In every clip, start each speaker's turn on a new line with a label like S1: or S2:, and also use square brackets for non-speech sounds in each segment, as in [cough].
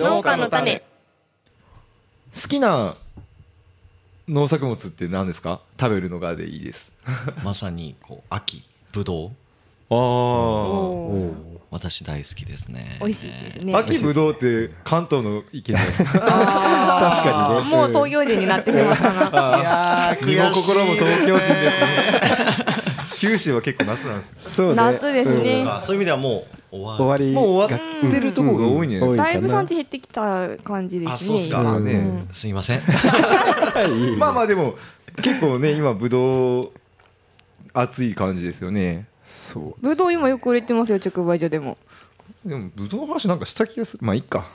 S1: 種
S2: 好きな農作物って何ですか食べるのがでいいです
S3: まさにこう秋ぶどう
S1: お
S2: ああ
S1: おー
S3: 私大好きですね
S1: 美味しいですね
S2: 秋ぶどうって関東の意見ですか
S1: 確
S2: 確かにね
S1: もう東京人になってしまったな
S3: や
S2: 身も心も東京人ですね九州は結構夏なんですね
S4: そうね
S1: 夏ですね
S4: うん
S3: あそういう意味ではもう終わ
S4: 終わり
S2: もう終わってるとこが [laughs] 多いね
S4: うんうんうん
S1: だいぶ産地減ってきた感じですね
S3: あそうっすか
S1: 今
S2: そうね
S1: うん
S3: すいません
S4: はい
S2: まあまあでも結構ね今ぶどう暑い感じですよね
S4: そ
S1: ぶどう今よく売れてますよ直売所でも
S2: でもぶどうの話なんかした気がするまあいいか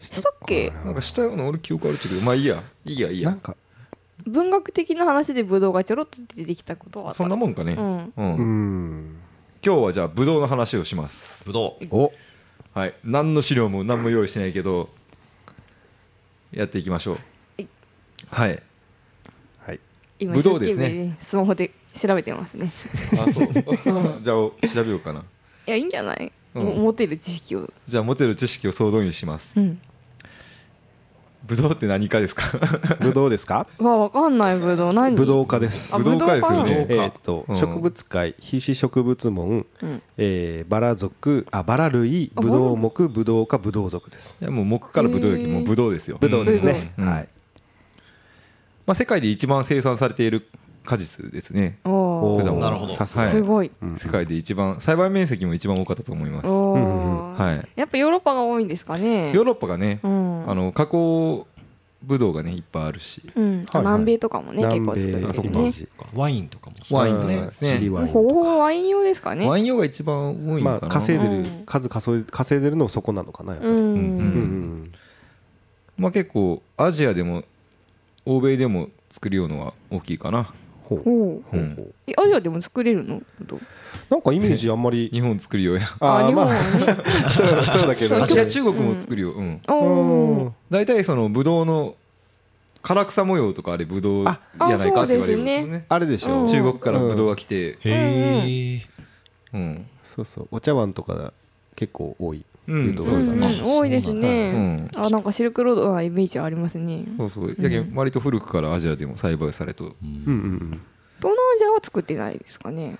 S1: したっけ
S2: なんかしたような俺記憶あるっちゃけどまあいいやいいやいいう
S4: な
S2: や
S4: んか
S1: 文学的な話でぶどうがちょろっと出てきたことはあった
S2: そんなもんかね、
S1: うん
S2: うん
S4: うん
S2: 今日はじゃあぶどうの話をします
S3: ぶどう
S4: お
S2: はい何の資料も何も用意してないけどやっていきましょうはい
S4: はい
S1: 今
S2: ぶどうです
S1: 一生
S2: ね
S1: 懸命スマホで調べてますね
S2: あそう [laughs] じゃあお調べようかない
S1: やいいんじゃない、
S2: うん
S1: も持てる知識を
S2: じゃあモテる知識を総動員します
S1: うん
S2: ぶどうって何かですか
S4: ぶどうですか
S1: わわかんないぶどう何
S4: ぶどう科です
S1: あ
S2: ぶどう科ですよ
S1: ぶど
S4: え
S2: ね
S1: う
S4: ーっと
S2: うん
S4: 植物界非子植物門
S1: うん
S4: えーバラ属あバラ類
S1: あ
S4: ぶどう目ぶどう科ぶどう属です
S2: いやもう木からぶどうだけど
S1: へー
S2: もうぶどうですよ
S4: ぶどうですね
S2: うん
S4: はい
S2: まあ、世界で一番生産されている果実ですね
S1: お
S2: 果
S1: ー
S2: 物
S3: なるほど
S4: さす
S2: は
S4: が
S2: い
S1: すごい、
S4: うん
S2: 世界で一番栽培面積も一番多かったと思います
S1: おー
S4: うんうん
S2: はい
S1: やっぱヨーロッパが多いんですかね
S2: ヨーロッパがね、
S1: うん
S2: あの加工ぶどうがねいっぱいあるし
S1: う
S4: はい
S1: ん、
S4: はい
S1: 南米とかもね結構作って
S2: そ
S1: るね
S2: うか
S1: も
S2: 南
S1: う
S2: 米
S3: ワインとかもそう
S2: ワインとかね
S4: うんチリワインとか
S1: ほぼほぼワイン用ですかね
S2: ワイン用が一番多いん
S4: ま
S2: か
S4: あ
S2: な、
S4: 稼いで
S1: う
S4: る
S1: ん
S4: 数稼い稼いでるのもそこなのかなやっぱ
S1: う
S4: り
S1: ん、
S3: うん
S4: うんうん
S2: まあ、結構アジアでも欧米でも作るようのは大きいかな、
S4: ほう
S1: おう
S2: う
S4: ほうほ
S2: ん、
S4: う
S1: えアジアでも作れるのぶどう
S4: なんかイメージあんまり
S2: 日本作るようや
S1: あ日
S4: ー
S1: 本
S4: ま
S1: はね、
S4: あそうだそうだけど
S2: あ
S1: あ
S2: い
S1: 中
S2: や中国も作るよ、うん、
S1: お
S4: [laughs] う
S1: お
S4: ん
S2: 大体そのブドウの唐草模様とかあれブドウじゃないかって言われるんですよね
S4: あれでしょ
S1: うん
S2: 中国からブドウが来て、
S3: へえ
S2: うん
S4: そうそうお茶碗とか結構多い
S2: うん
S4: ぶど
S2: そうですね
S1: んん多いです
S2: う
S1: ね、
S2: ん
S1: あなんかシルクロードなイメージありますね東
S2: そうそうやけん割と古くからアジアでも栽培されと
S4: うんうんうん
S1: 南アジアは作ってないですかね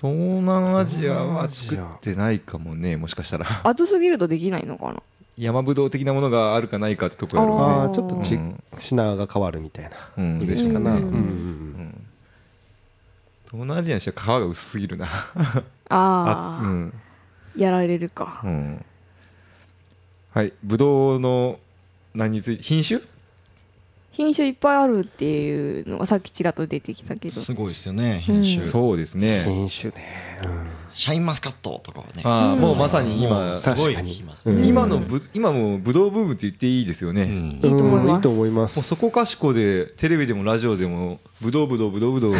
S2: 東南アジアは作ってないかもねもしかしたら
S1: 暑すぎるとできないのかな
S2: 山ぶどう的なものがあるかないかってとこやろうね
S4: ああちょっとち
S2: うん
S4: 品が変わるみたいな
S2: うん
S4: イメ
S2: で
S4: ー
S2: し
S4: ジ
S2: ょ
S4: か
S2: うね
S4: な
S2: う
S4: うんうんうんん
S2: 東南アジアにしては皮が薄すぎるな
S1: ああ、
S2: あうん
S1: やられるか、
S2: うんはいぶどうの何について品種
S1: 品種いっぱいあるっていうのがさっきちらっと出てきたけど
S3: すごいですよね品種、
S1: うん
S3: シ
S2: そうですね
S4: 品種ねうん
S3: ャインマスカットとかはね
S2: ああ
S1: うん
S2: もうまさに
S3: も
S2: 今
S3: うすごい
S4: 確かに
S3: 聞きますね
S4: うん
S2: 今のぶ今もうぶどうブームって言っていいですよね、
S3: う
S2: も
S3: ん
S1: いいと思います
S4: うんいいと思います
S2: うそこかしこでテレビでもラジオでもぶどうぶどうぶどうぶどう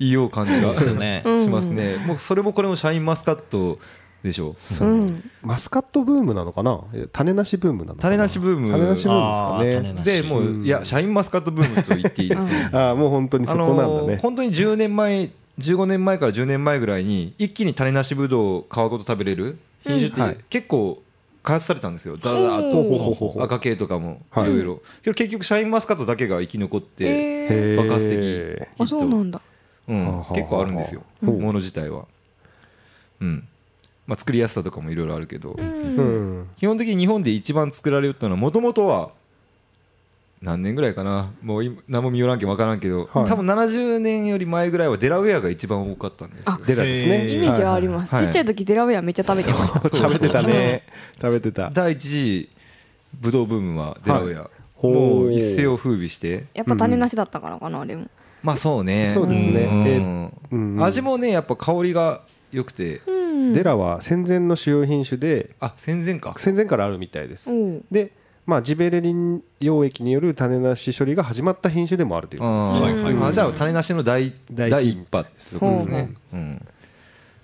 S2: 言いよう感じが
S3: ですよね
S1: うん
S2: しますね、もうそれもこれもシャインマスカットでしょ
S1: う、
S4: そうんマスカットブームなのかなえ種なしブームなのかな
S2: 種なしブーム
S4: 種なしブームですかね
S3: あー種なし
S2: でもう、
S4: うん
S2: いやシャインマスカットブームと言っていいですね
S4: ああもう本当にそ
S2: あ
S4: こなんだ
S2: のー
S4: ね
S2: 本当に10年前15年前から10年前ぐらいに一気に種なしぶどう皮ごと食べれる品種っ
S4: う
S2: て、
S4: んはい
S2: 結構開発されたんですよだだーっ
S1: ほ
S2: と
S1: う
S4: ほうほうほう
S2: 赤系とかもい
S4: はい
S2: ろいろけど結局シャインマスカットだけが生き残って、
S1: え
S4: へ
S1: ー、
S4: ー
S2: 爆発的
S1: あそうなんだ
S2: うん
S4: はあはあはあ
S2: 結構あるんですよ
S4: うん
S2: もの自体はうんまあ作りやすさとかもいろいろあるけど
S1: うん、
S4: うん
S2: 基本的に日本で一番作られよったのはもともとは何年ぐらいかなもう今何も見よらんけん分からんけど
S4: はい
S2: 多分70年より前ぐらいはデラウェアが一番多かったんですよ
S1: あ
S4: デラですね
S1: イメージはあります、
S2: はい
S1: ちっちゃい時デラウェアめっちゃ食べてました
S4: す食べてたね食べてた
S2: 第一次ブドウブームはデラウェア
S4: ほう
S2: もう一世を風靡して
S1: やっぱ種なしだったからかな、あれも
S2: まあそうね
S4: そうですね
S2: うん
S4: えうんうん
S2: 味もねやっぱ香りが良くて
S1: うん
S4: デラは戦前の主要品種で
S2: あ戦前か
S4: 戦前からあるみたいです
S1: うん
S4: で、まあ、ジベレリン溶液による種なし処理が始まった品種でもあるということ
S2: あ
S3: はいはい
S2: ーあじゃあ種なしの第
S4: 第一
S2: 第一波ってことですね。うん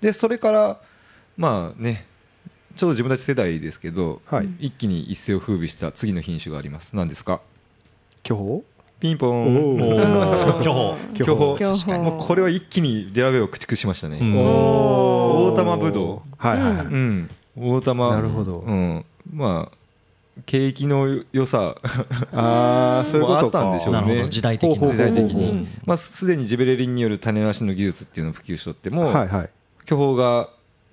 S2: でそれからまあねちょうど自分たち世代ですけど、
S4: はい
S2: 一気に一世を風靡した次の品種があります何ですか
S4: 巨峰
S2: ピンポ
S3: お
S2: ン
S3: ー巨峰
S2: 巨峰
S1: 巨峰
S2: もうこれは一気にデラウェアを駆逐しましたね、
S3: うん
S1: お
S2: 大玉ぶど
S4: はいはいは
S2: う
S4: い
S2: ん大玉
S4: なるほど
S2: うん、まあ景気の良さ
S4: ああそういうこ
S2: はあ
S4: と
S2: ったん
S4: か
S2: でしょう
S3: な
S2: ね
S3: るほど時代的な
S4: ほうほう
S2: 時代的
S4: ほうほ
S2: に、
S4: う
S1: うん
S2: まあ、すでにジベレリンによる種なしの技術っていうのを普及しとっても、
S4: はいはい
S2: 巨峰が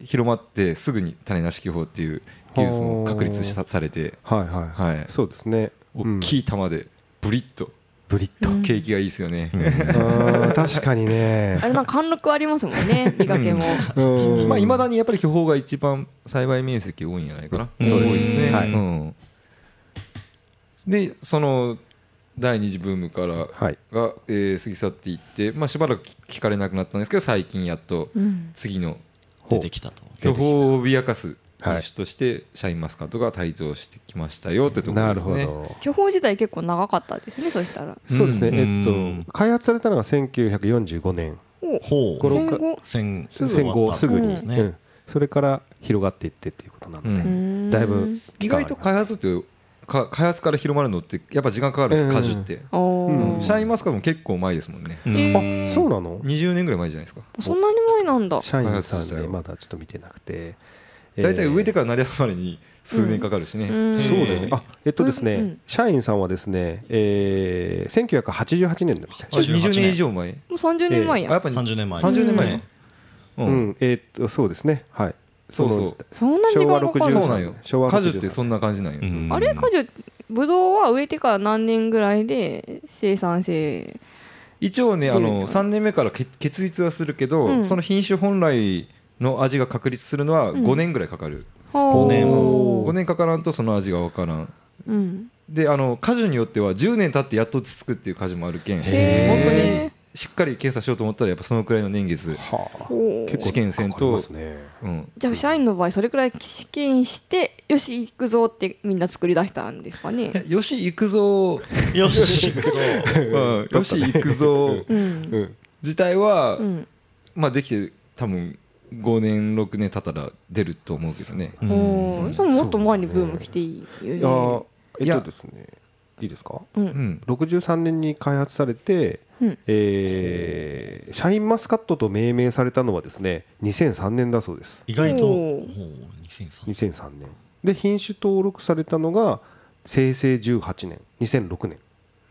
S2: 広まってすぐに種なし巨峰っていう技術も確立したされて、
S4: はいはい
S2: はい、
S4: そうですね
S2: 大
S4: い
S2: きい玉でブリッと
S4: ブリッ
S1: うん
S2: 景気がいいですよね、
S4: あー確かにね
S1: [laughs] あれなんか貫禄ありますもんね、苦手も。
S4: うん
S2: まあいまだにやっぱり巨峰が一番栽培面積多いんじゃないかな
S3: うん
S1: そうですね
S2: 多
S1: はいい
S2: うんでその第二次ブームから
S4: はい
S2: が、えー過ぎ去っていって、まあ、しばらく聞かれなくなったんですけど最近やっと
S1: うん
S2: 次の
S3: 出てきたと。
S2: 巨峰を脅かす品種としてシャインマスカットが台頭してきましたよってところ
S4: な
S2: で
S4: る
S2: す
S4: ほ
S2: ね。
S4: ど
S1: 巨峰自体結構長かったですね、そしたら。
S4: そうですね
S3: うん
S4: えっと開発されたのが1945年
S1: お
S3: ほ
S4: こ
S3: う
S4: れ。
S1: 戦後。
S3: 戦
S4: 戦後すぐ
S3: 終わ
S4: に
S3: った
S1: う
S3: と
S4: う
S1: ん
S3: ころですね
S4: んそれから広がっていってっていうことなんで
S2: うん
S1: うーん
S4: だいぶ。
S2: 意外と開発ってか開発から広まるのってやっぱ時間かかるんです
S4: うん
S2: 果樹って、
S1: お
S4: うん
S2: シャインマスカットも結構前ですもんね
S3: うん
S1: え
S4: あそうなの
S2: 20年ぐらい前じゃないですか
S1: そんなに前なんだ。
S4: 社員さん
S2: 開発自体
S4: で
S2: は
S4: まだちょっと見てなくて
S2: 大体植えて
S4: か
S2: から成り上がるまでに数年かかるしね、
S1: うん
S4: そうだよねあえっとです
S1: う
S4: ね
S1: ん
S4: 社員さんはですねえー1988年だみたい
S2: あ20
S3: 88
S2: 年以上前
S1: もう30年前
S2: あや
S1: や
S2: っ。ぱり
S3: 30年前。
S2: 30年前の、
S4: う
S2: うん
S4: ん、えーっとそうですねはい
S2: そうそう
S4: の時代
S1: そんな時間かか
S4: 63
S1: る
S2: そう
S1: の
S2: なんよ
S4: 昭和63
S2: 果樹ってそんな感じなんよ、
S3: うん
S1: あれ果樹ブドウは植えてから何年ぐらいで生産性
S2: 一応ねあ
S1: どう
S2: の
S1: ですか
S2: 3年目から結結立はするけど、
S1: うん
S2: その品種本来の味が確立するのは
S1: うん
S2: 5年ぐらいかかる、
S1: 五
S3: 年
S2: 5年かからんとその味が分からん
S1: うん
S2: であの果樹によっては10年経ってやっと落ち着くっていう果樹もあるけん本当
S1: へー
S2: にしっかり検査しようと思ったらやっぱそのくらいの年月、
S4: はあ
S1: ほう
S4: 結構
S2: 試験船と
S4: かかりますね
S2: うん、
S1: じゃあ社員の場合それくらい試験してよし行くぞってみんな作り出したんですかね
S2: え吉
S1: [laughs]
S2: 幾三
S3: よし、行くぞ。
S2: うん吉幾三
S1: うん
S4: うん
S2: 自体は、
S1: うん
S2: まあできて多分5年6年経ったら出ると思うけどね
S3: うん
S1: おーそれももっと前にブーム来ていい
S4: いや
S1: よ
S4: ー
S1: ね
S2: い
S4: え
S2: や
S4: っとですねいいですか
S1: う
S2: うんん
S4: 63年に開発されて、
S1: うん
S4: えーシャインマスカットと命名されたのはですね2003年だそうです
S3: 意外と。
S1: おー
S3: ほう2003
S4: 2003年で品種登録されたのが平成18年2006年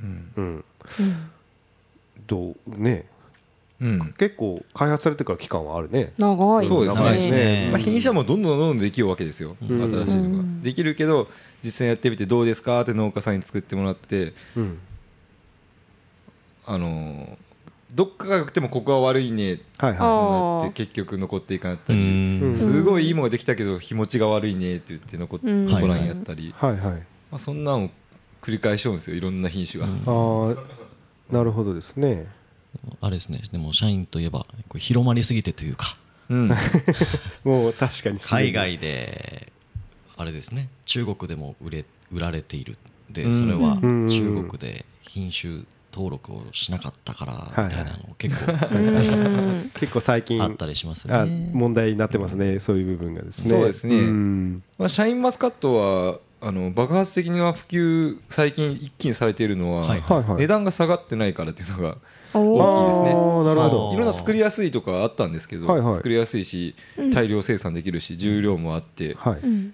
S2: うん
S4: うん
S1: うん
S4: どうね
S2: うん
S4: 結構開発されてから期間はあるね
S1: 長い
S2: そうですね
S1: ね
S2: 長いです
S3: ね
S2: まあ、品種はもうどんどんどんどんできるわけですよ、
S3: うん
S2: 新しいの
S1: う
S2: が
S1: ん
S2: できるけど実際やってみてどうですかって農家さんに作ってもらって
S4: うん
S2: あのーどっかが良くてもここは悪いねって
S4: はいはい
S1: あ
S2: なっ
S1: ー
S2: て結局残っていかなったり
S4: うん
S3: 年。
S2: すごいいいものができたけど日持ちが悪いねって言って残っ
S1: うん
S2: 残らんやったり、
S4: はいはい
S2: まあ、そんなんを繰り返しようんですよいろんな品種が、
S3: うん
S4: あーなるほどですね
S3: あれですね、でも社員といえば、こう広まりすぎてというか、
S2: うん
S4: もう確かにすごい
S3: 海外で、あれですね、中国でも売れ売られている。
S2: う
S3: で、
S2: ん
S3: それは
S4: うん
S3: 中国で品種登録をしなかったから、みたいなの結構
S2: [laughs]
S1: うん
S4: 結構最近
S3: あったりします
S4: あ
S3: よね。
S4: 問題になってますねそういう部分がですね
S2: そうですね
S4: ん
S2: まあ、シャインマスカットはあの爆発的な普及最近一気にされているのは、
S3: はい
S4: はいはい
S2: 値段が下がってないからっていうのが
S1: おー
S2: 大きいですね
S4: あーなるほど
S3: あ
S2: いろんな作りやすいとかあったんですけど、
S4: はいはい
S2: 作りやすいし
S1: うん
S2: 大量生産できるし重量もあって、
S4: はい
S1: うん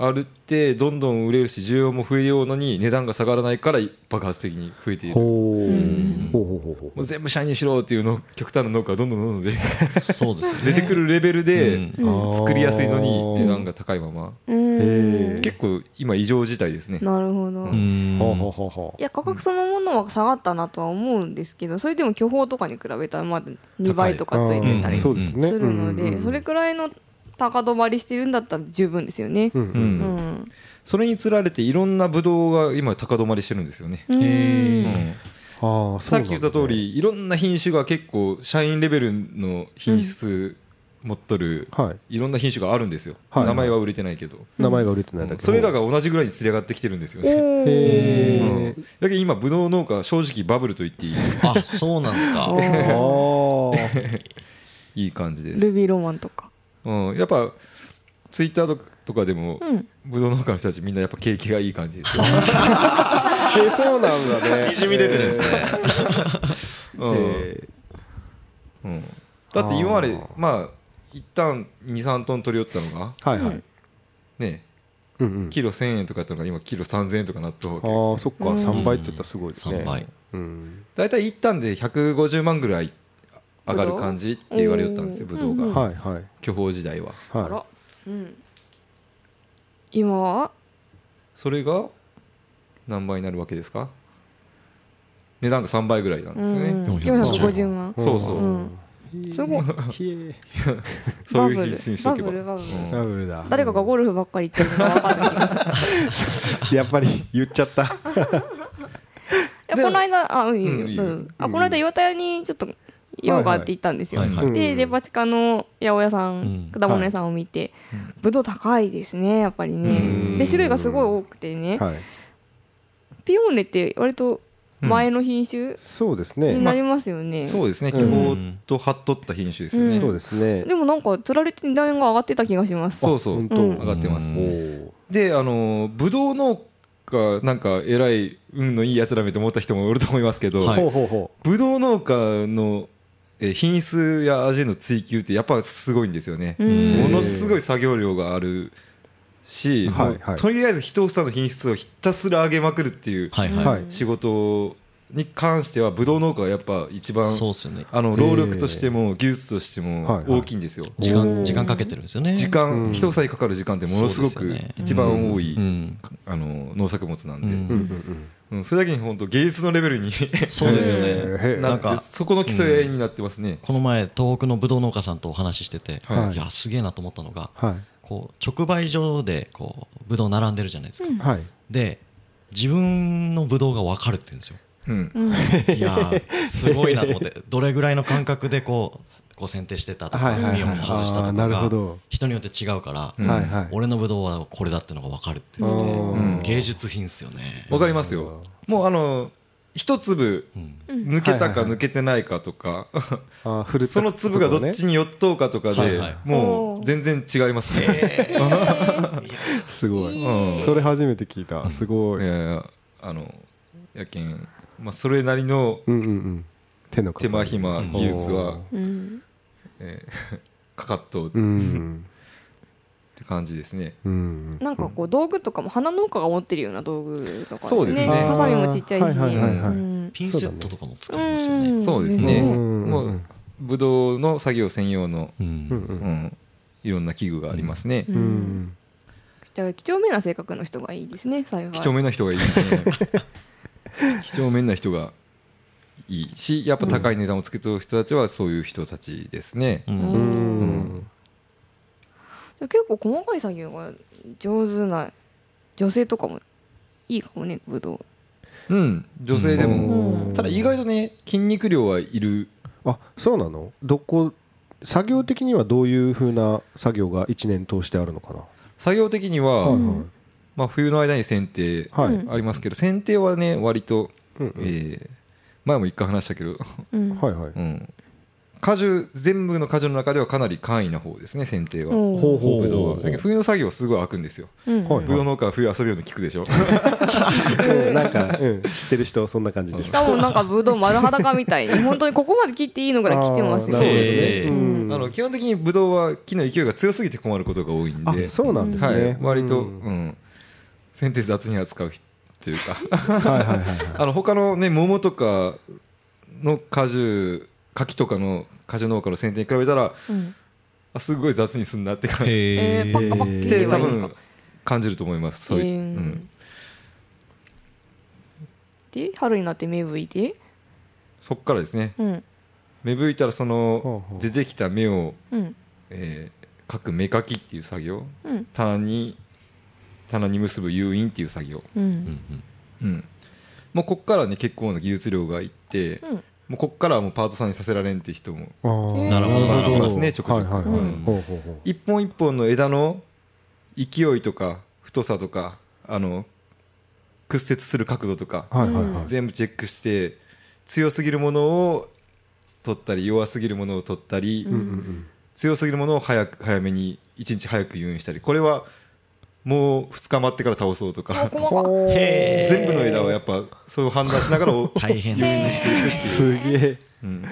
S2: あるってどんどん売れるし需要も増えようのに値段が下がらないから爆発的に増えている。
S4: ほう
S1: うん
S4: ほうほうほうほ
S2: もう全部社員にしろっていうの極端な農家がどんどんどんどんで
S3: そうですね。
S2: 出てくるレベル
S3: う
S2: で
S3: ん
S4: う
S2: 作りやすいのに値段
S4: が
S2: が高いまま
S1: うん
S4: へー
S2: 結構今異常事態ですね
S1: なるほど、
S2: う
S3: うん
S4: ほうほうほうほ
S1: いや価格そのものは下がったなとは思うんですけどそれでも巨峰とかに比べたらまだ2倍と
S4: う
S1: かついてた
S3: 高
S4: うん
S1: りす
S4: そうですね
S1: るの
S4: うんうんう
S1: で
S4: ん
S1: それくらいの高止まりしてるんだったら十分ですよね。
S4: うんうん
S1: うんん
S2: それにつられていろんなブドウが今高止まりしてるんですよね、
S1: うん
S3: へ
S4: ああ
S2: さっき言った通り、いろんな品種が結構社員レベルの品質持っとる、
S4: はい
S2: いろんな品種があるんですよ、
S4: はい
S2: 名前は売れてないけど、
S4: 名前が売れてないだけ
S2: それらが同じぐらいにつり上がってきてるんですよ
S1: お
S2: ね、
S4: へ
S2: う
S1: ー
S2: ん、だけど今ブドウ農家は正直バブルと言っていい
S3: あ、そうなんです
S2: [laughs]
S3: か。
S4: あ
S1: あ
S4: ー
S2: いい感じで
S1: ル
S2: す、
S1: ビーロマンとか。
S2: うん、やっぱツイッターとかでも、
S1: うん
S2: ブドウ農家の人たちみんなやっぱ景気がいい感じですよ、
S4: えそうなんだね
S3: にじみ出てるんですね。
S4: え
S2: う
S4: ー
S2: ん
S4: え
S2: うん、だって今まで
S4: あー
S2: まあ一旦23トン取り寄ったのが
S4: ーはいはい
S1: うん
S2: ね
S4: うんうん、
S2: キロ1000円とかだったのが今キロ3000円とかなったわけ
S4: ああそっか
S1: うん
S4: 3倍って言ったらすごいですね、
S3: 3倍
S4: うん
S2: 大体一旦で150万ぐらい上がる感じって言われよったんですよ
S1: ぶ
S2: ぶ
S1: ど
S2: ど
S1: う
S2: う
S1: うん
S2: が
S4: はいはい
S2: 巨峰時代は
S1: あ
S4: は
S1: らうん今は
S2: それが何倍になるわけですか値段が3倍ぐらいなんですよね
S1: うん
S3: 450
S1: 450万
S4: い
S2: そうそう
S1: うん
S4: ん
S1: すごい
S4: ひえ
S2: そういう品種にしとけば
S1: バブルバブルバ
S2: うん
S4: ダブルだ
S1: 誰かがゴルフばっかり行ってるのが分かる気がする
S4: やっぱり言っちゃった
S1: いやこの間あうん
S2: うん
S1: う
S2: いい
S1: ん
S2: よ
S1: うんあこの間岩田屋にちょっと用があって行ったんですよ
S3: はいはい
S4: うん
S1: でデパ地下の八百屋さん
S3: うん
S1: 果物屋さんを見て
S2: うん
S1: ぶどう高いですねやっぱり
S2: うん
S1: ねで種類がすごい多くてね
S4: はい
S1: ピオーネって割と前の品種
S4: そうです
S1: に
S4: ね、
S1: なりますよね
S2: そうですね
S4: うん
S2: 巨峰とハッとった品種ですよ
S1: うん
S2: ね
S4: そうですね
S1: でもなんかつられて値段が上がってた気がします
S2: そうそ
S4: 本
S2: う上
S4: 当、
S1: うん
S2: がってます
S3: う
S4: お
S3: ん
S4: ー
S2: であのブドウ農家なんか偉い運のいいやつらめと思った人もおると思いますけど、
S3: はい
S4: ほうほうほ
S2: ブドウ農家のえー品質や味の追求ってやっぱすごいんですよね、
S1: うん
S2: ものすごい作業量があるし、
S4: はい
S2: もう
S4: はい
S2: とりあえず一房の品質をひたすら上げまくるっていう
S3: はいうは
S4: はいい
S2: 仕事に関してはブドウ農家がやっぱ一番
S3: そうっすよね
S2: あの労力としても技術としても
S4: はいはい
S2: 大きいんですよ、
S3: 時
S1: おー
S3: 間時間かけてるんですよね
S2: 時
S4: う
S2: 間、
S4: ん
S2: 一房にかかる時間ってものすご
S3: そう
S2: く
S3: ですよね
S2: 一番多い、
S3: うん
S2: あの農作物なんで、
S3: うん
S4: ううんうん
S2: うん、それだけに本当芸術のレベルに
S3: [laughs] そうですよ
S4: えー
S3: ね
S4: へー
S2: な
S3: な
S2: っ
S3: ん
S2: て
S3: か
S2: そこの基礎になってますね、
S3: この前東北のぶどう農家さんとお話ししてて
S4: はい
S3: いやすげえなと思ったのが
S4: は
S3: こう直売所でこうぶどう並んでるじゃないですか
S1: うん
S4: いはい
S3: で自分のぶどうが分かるって言うんですよ
S4: [laughs]
S2: うん
S1: うん
S3: いやーすごいなと思ってどれぐらいの感覚でこうこう選定してたとか
S4: はいはい
S3: 実を
S4: はい
S3: 外した
S4: あー
S3: と
S4: なる
S3: か
S4: ほ
S3: が
S4: ど、
S3: 人によって違うから
S2: うん
S4: はいはい
S3: 俺のぶどうはこれだってのが分かるって言ってて
S2: うん
S3: 芸術品っすよね
S2: わかりますよもうあの一粒
S3: うん
S1: うん
S2: 抜けたか
S4: はいはいはい
S2: 抜けてないかとか
S4: あー振るった
S2: その粒がどっちに寄っとうかとか
S3: はい
S2: で
S3: はい
S2: もう全然違いますね
S4: すごい、
S2: うん
S4: それ初めて聞いたすご
S2: い
S4: い、
S2: やいやあのやけんまあそれなりの
S4: うんうんうん手のかか
S2: 手
S4: り
S2: 間暇技術は
S1: うん
S2: えーかかっとうっ
S4: うん
S2: て感じですね
S4: うん
S1: なんかこう道具とかも花農家が持ってるような道具とか
S2: そうですね
S1: ハサミもちっちゃいし
S4: はいはい
S2: はい
S1: うん
S3: ピンセットとかも使いますよね
S2: そうです
S4: う
S2: ね
S4: ん
S2: もうブドウの作業専用の
S3: う
S4: うん
S2: うんんいろんな器具がありますね
S1: う
S4: うんうんん
S1: じゃあ几帳面な性格の人がいいですね幸い
S2: 几帳面な人がいいね几帳面な人がいいしやっぱ高い値段をつけとる人たちはそういう人たちですね、
S3: う
S1: うん
S3: ん
S4: うん
S1: 結構細かい作業が上手な女性とかもいいかもねぶどう
S2: うん、女性でも、
S1: うん
S2: ただ意外とね筋肉量はいる
S4: あそうなのどこ作業的にはどういうふうな作業が一年通してあるのかな
S2: 作業的には、
S1: うん
S2: まあ、冬の間に剪定
S4: はいはい、
S1: う
S4: は
S1: ん
S4: い
S2: ありますけど剪定はね割と、
S4: うん
S2: えー前も一回話したけど、
S1: うん
S4: はいはい
S2: うん、果樹全部の果樹の中ではかなり簡易な方ですね剪定は。
S1: おう
S4: ほうほう
S2: ブドウ
S4: ほ
S2: は
S4: う
S2: だけど冬の作業すごい開くんですよ。
S1: うん
S4: はい
S2: ブドウ農家は冬遊びようの聞くでしょ。
S4: うん [laughs] なんか、うん、知ってる人そんな感じで
S1: し
S4: す
S1: かもなんかぶどう丸裸みたいに本当にここまで切っていいのぐらい切ってますよ
S4: あーなるほど
S1: ね
S4: ですね
S3: えー
S4: うん
S2: あの基本的にブドウは木の勢いが強すぎて困ることが多いん
S4: あ
S2: で、
S4: そうなんです
S2: は
S4: ね、
S2: い、割と、う
S4: うん
S2: ん、剪定雑に扱う人というか、 [laughs]
S4: はいはいはいは
S2: あの他のね桃とかの果樹、柿とかの果樹農家の剪定に比べたら、
S1: うん
S2: あすごい雑にすんなって感じ
S1: え
S3: へ
S1: ー
S3: え
S1: パッカパッ切れ
S2: で
S1: ば
S2: 多
S1: いいの
S2: 分
S1: か
S2: 感じると思います。そういう、
S1: えー
S2: うん、
S1: で春になって芽吹いて
S2: そっからですね。
S1: うん
S2: 芽吹いたらその
S4: ほうほう
S2: 出てきた芽を、
S1: うん
S2: えー、かく芽かきっていう作業、
S1: うん
S2: 棚に棚に結ぶ誘引っていう作業。
S1: う
S3: うんんうん
S2: うん、もうこっからね結構な技術量がいって、
S1: うん
S2: もうこっからはもうパートさんにさせられんって人も
S4: あー
S1: なるほど
S2: なるほどいますねちょくちょく
S4: はいはいはい、
S2: うん
S4: ほうほうほう
S2: 一本一本の枝の勢いとか太さとかあの屈折する角度とか、
S4: はいはいはい、
S2: 全部チェックして強すぎるものを取ったり弱すぎるものを取ったり、
S4: う
S1: う
S4: んうん
S2: 強すぎるものを早く早めに一日早く誘引したりこれはもう2日待ってから倒そうと
S1: あ
S2: か
S1: 細
S4: うん
S1: か
S4: ほう
S2: 全部の枝をやっぱそういう判断しなが
S4: [laughs]
S2: らお、
S3: 大変ですね
S4: すげ
S2: うん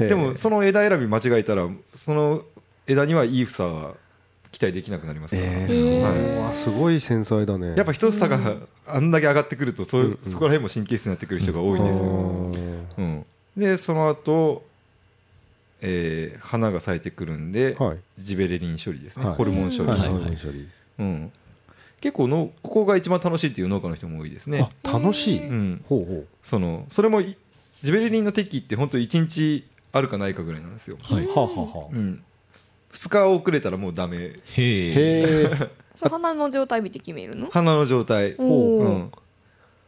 S4: え
S2: でもその枝選び間違えたらその枝にはいい房は期待できなくなりますから、
S4: え
S1: ーそう
S4: ー
S1: な
S2: は
S1: んだ
S2: い
S1: へ
S4: うわすごい繊細だね
S2: やっぱ一つ差があんだけ上がってくるとそういう
S4: うんうん
S2: そこら辺も神経質になってくる人が多いんですよ、
S4: あ
S2: うん、でその後、えー花が咲いてくるんで、
S4: ーはい
S2: ジベレリン処理ですね、
S4: はい
S2: ホルモン処理、
S4: はい
S3: はい
S4: はい処理
S2: うん、結構のここが一番楽しいっていう農家の人も多いですね、
S4: あ楽しい
S1: へ
S2: う
S1: ー
S2: ん、
S4: ほうほう
S2: そのそれもいジベレリンの適期って本当1日あるかないかぐらいなんですよ、
S3: はい
S4: はあはあ
S2: う
S4: はあ
S2: ん、2日遅れたらもうダメ
S3: へえ
S4: へえ
S1: [laughs] そう花の状態見て決めるの
S2: 花の状態、
S1: お
S2: う
S1: ー
S2: ん、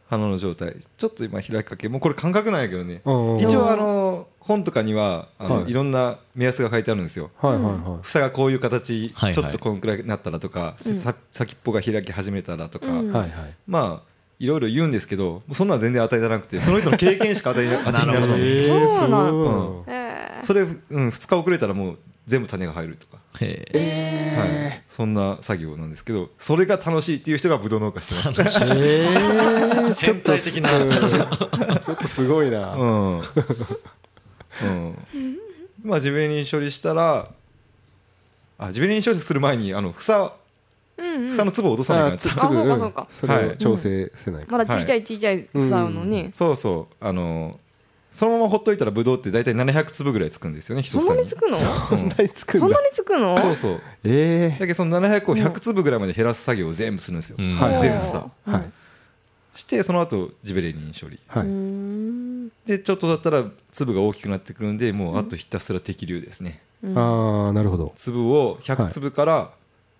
S2: 花の状態ちょっと今開きかけもうこれ感覚なんやけどね
S4: 一
S2: 一
S1: う
S2: 応
S1: ん
S2: あの本とかにはあの、
S4: はい
S2: い、ろんな目安が書いてあるんですよ
S4: はいはいは
S2: 房がこういう形、
S3: はいはい
S2: ちょっとこんくらいになったらとか、
S1: うん
S2: さ先っぽが開き始めたらとか、
S1: う
S4: い
S1: ん
S4: はいはい
S2: まあいろいろ言うんですけどもうそんなん全然与えらなくてその人の経験しか与えな当てにならないんですよ
S1: へーそうなん
S4: そう
S1: えー
S2: それ、うん、2日遅れたらもう全部種が入るとか、
S3: へえ
S1: え
S2: はい、そんな作業なんですけどそれが楽しいっていう人がブドウ農家してます、
S4: えー
S3: 変態的な
S4: うんちょっとすごいな、
S2: うんうん、まあジベレリン処理したらあジベレリン処理する前にあの房
S1: うんうん
S2: 房の粒を落とさな
S4: あ
S2: いか
S4: つ
S2: ら、
S4: つ
S1: あ
S4: ぐ
S1: そうか
S4: ん
S1: そうか
S4: それ
S2: は
S4: を
S2: い
S4: 調整せない
S1: まだちいちゃいちいちゃい草うのに
S2: そうそうあのそのままほっといたらブドウって大体700粒ぐらいつくんですよね一
S1: そん
S2: 房
S1: な
S2: に
S1: につくの
S2: そうん
S4: 何作
S1: そんなにつくの
S2: そうそうだ
S4: え
S2: けどその700を100粒ぐらいまで減らす作業を全部するんですよ、
S3: うん
S4: はい
S2: 全部さ
S1: うん
S4: はい
S2: してその後ジベレリン処理
S4: は
S1: うー
S4: い
S1: ん
S2: でちょっとだったら粒が大きくなってくるんでもうあとひたすら適量ですね
S1: うん
S4: ああなるほど
S2: 粒を100粒から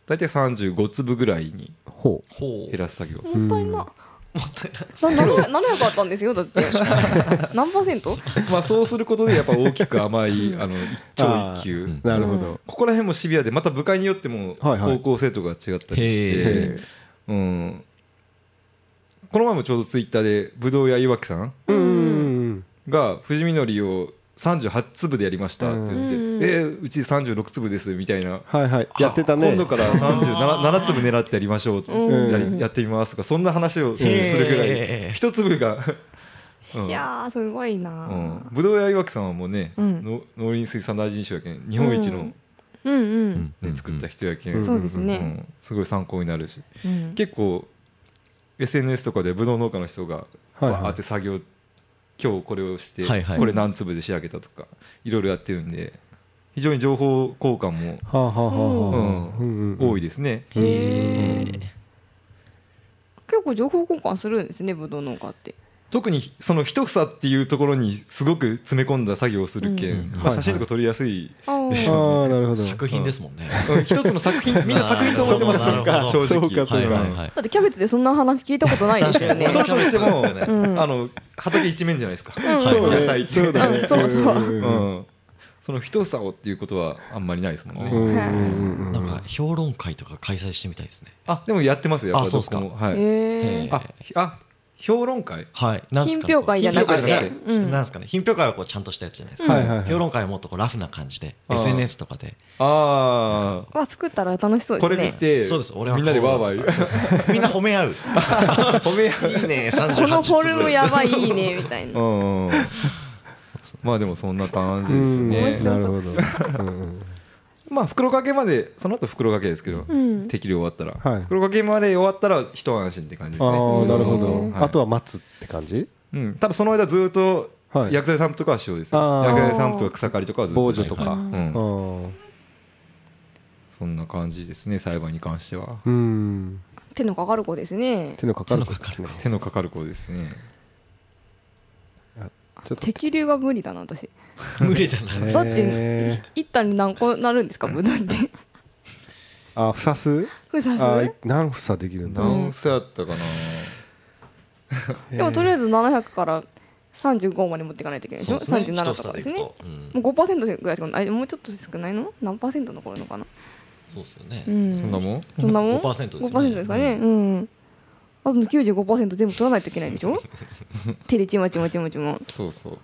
S2: 大体35粒ぐらいに
S4: ほ
S3: ほう
S2: 減らす作業
S1: もったいな。もったいな。なな700あったんですよだ [laughs] って。何パーセント？
S2: まあそうすることでやっぱ大きく甘いあの一長一
S3: あ
S2: 級
S3: ー
S4: うなるほど
S2: ここら辺もシビアでまた部会によっても
S4: はいはい
S2: 方向性とか違ったりして、
S3: へ
S4: え
S2: うん、この前もちょうどツイッターでぶどう屋岩木さん
S4: ーうん
S2: が「富士みのりを38粒でやりました」って言っ
S1: う
S2: て「
S1: ん
S2: えーうち36粒です」みたいな
S4: はいはいやってたね
S2: 今度から37粒狙ってやりましょう、
S1: うん
S2: やりやってみますとかそんな話をするぐらい
S3: へー
S2: 一粒が、
S1: いやーすごいな
S2: う
S1: ー
S2: ん、。ぶどう屋岩木さんはもうね、
S1: うん
S2: の農林水産大臣賞やけん日本一の、ね
S1: うんう。
S3: うんんうん
S2: 作った人やけん、
S4: うん
S1: そうです
S2: う
S1: ね。
S2: んすごい参考になるし
S1: うん
S2: 結構 SNS とかでブドウ農家の人が
S4: はいはい
S2: バーって作業、今日これをして、
S3: はいはい
S2: これ何粒で仕上げたとかいろいろやってるんで非常に情報交換も
S4: はあはあはあはあ
S2: うん
S4: うん
S2: 多
S4: い
S2: いですね、
S1: へー結構情報交換するんですねブドウ農家って。
S2: 特にその一房っていうところにすごく詰め込んだ作業をするけん、
S3: うん
S2: まあ、写真とか撮りやすい、
S1: あー
S2: でし
S4: あ
S2: ょ
S4: あなるほど
S3: 作品ですもんね
S2: うん一つの作品みんな作品と思ってます
S3: あー
S2: から
S3: そ
S2: 正
S3: う
S2: 直
S4: そうかそう
S3: はい
S4: か
S3: はいはい
S1: だってキャベツでそんな話聞いたことないですよね [laughs]
S2: 撮。るとしても、
S1: ん
S2: あの畑一面じゃないですか、
S1: うん
S4: そうね
S2: 野菜って
S4: そうだね
S1: うんそうそうん
S4: んん
S2: うん、その一房をっていうことはあんまりないですもんね、
S4: うんうんうん
S3: なんか評論会とか開催してみたいですね
S2: あでもやってますよやっぱ
S3: あ
S2: り
S3: そ
S2: ど
S3: うっすか
S2: こもはい、
S1: へえ。
S2: あひあ評論会
S3: はいなんですかね
S1: 品評会じゃなく
S2: 品評会じゃ
S1: て
S2: なく。
S1: う
S3: うんんなんですかね品評会はこうちゃんとしたやつじゃないです
S4: はいはいは
S3: か
S4: い
S3: 評論会はもっとこうラフな感じで
S2: あー
S3: SNS とかで
S2: あ
S1: わ作ったら楽しそうで
S2: こ
S1: す
S2: れ見
S1: ね。
S2: て
S3: そうです俺は
S2: みんなでわーわ
S3: こうそう
S2: ー
S3: そうみんな褒め合う
S2: 褒め合
S3: いいね38
S1: このフォルム
S3: 粒
S1: やばいいいねみたいな。
S2: ううんまあでもそんな感じ
S4: う
S2: で
S4: ん
S2: すよ
S4: な
S2: ね
S4: るほどうんうん
S2: まあ袋掛けまでその後袋掛けですけど、
S1: うん
S2: 適量終わったら、
S4: はい
S2: 袋掛けまで終わったら一安心って感じで
S4: あ
S2: す
S4: あ
S2: ね、
S4: なるほ
S1: う
S4: ど
S2: ん
S4: あとは待つって感じ
S2: うん、ただその間ずっと
S4: はい
S2: 薬剤散布とかはしようですよ
S4: あー
S2: 薬剤散布とか草刈りとかはずっと
S4: 防除と
S3: は
S4: か
S2: う
S4: あ
S2: ん
S4: ー
S2: そんな感じですね裁判に関しては
S4: うん
S1: [laughs] 手のかかる子ですね。
S4: 手のかかる子
S3: 手のかかる子
S4: ですね
S2: 手のかかる子ですね
S4: ちょっと
S1: 適流が無理だな私。
S3: 無理だな
S4: ね
S1: だって
S4: へ
S1: い一旦に何個なるんですかブドウって。
S4: あふさす
S1: [laughs] ふさ
S4: あ
S1: す。
S4: 何ふさできるんだ
S2: 何房やったかな
S1: でもとりあえず700から35まで持っていかないといけないでし
S3: そ
S1: ょ。
S3: うですね
S1: 37
S3: 一
S1: とか
S3: 房
S1: で
S3: で
S1: す
S3: い
S1: ね。も
S3: くとうん
S1: う5%ぐらいしかない。あもうちょっと少ないの？何パーセント残るのかな？
S3: そうですよね
S1: うん。
S2: そんなもん
S1: そんなもん。
S3: 5%ですよね
S1: 5%ですかね。うん。あと95%全部取らないといけないでしょ手でちまちまちまちま
S2: そうそ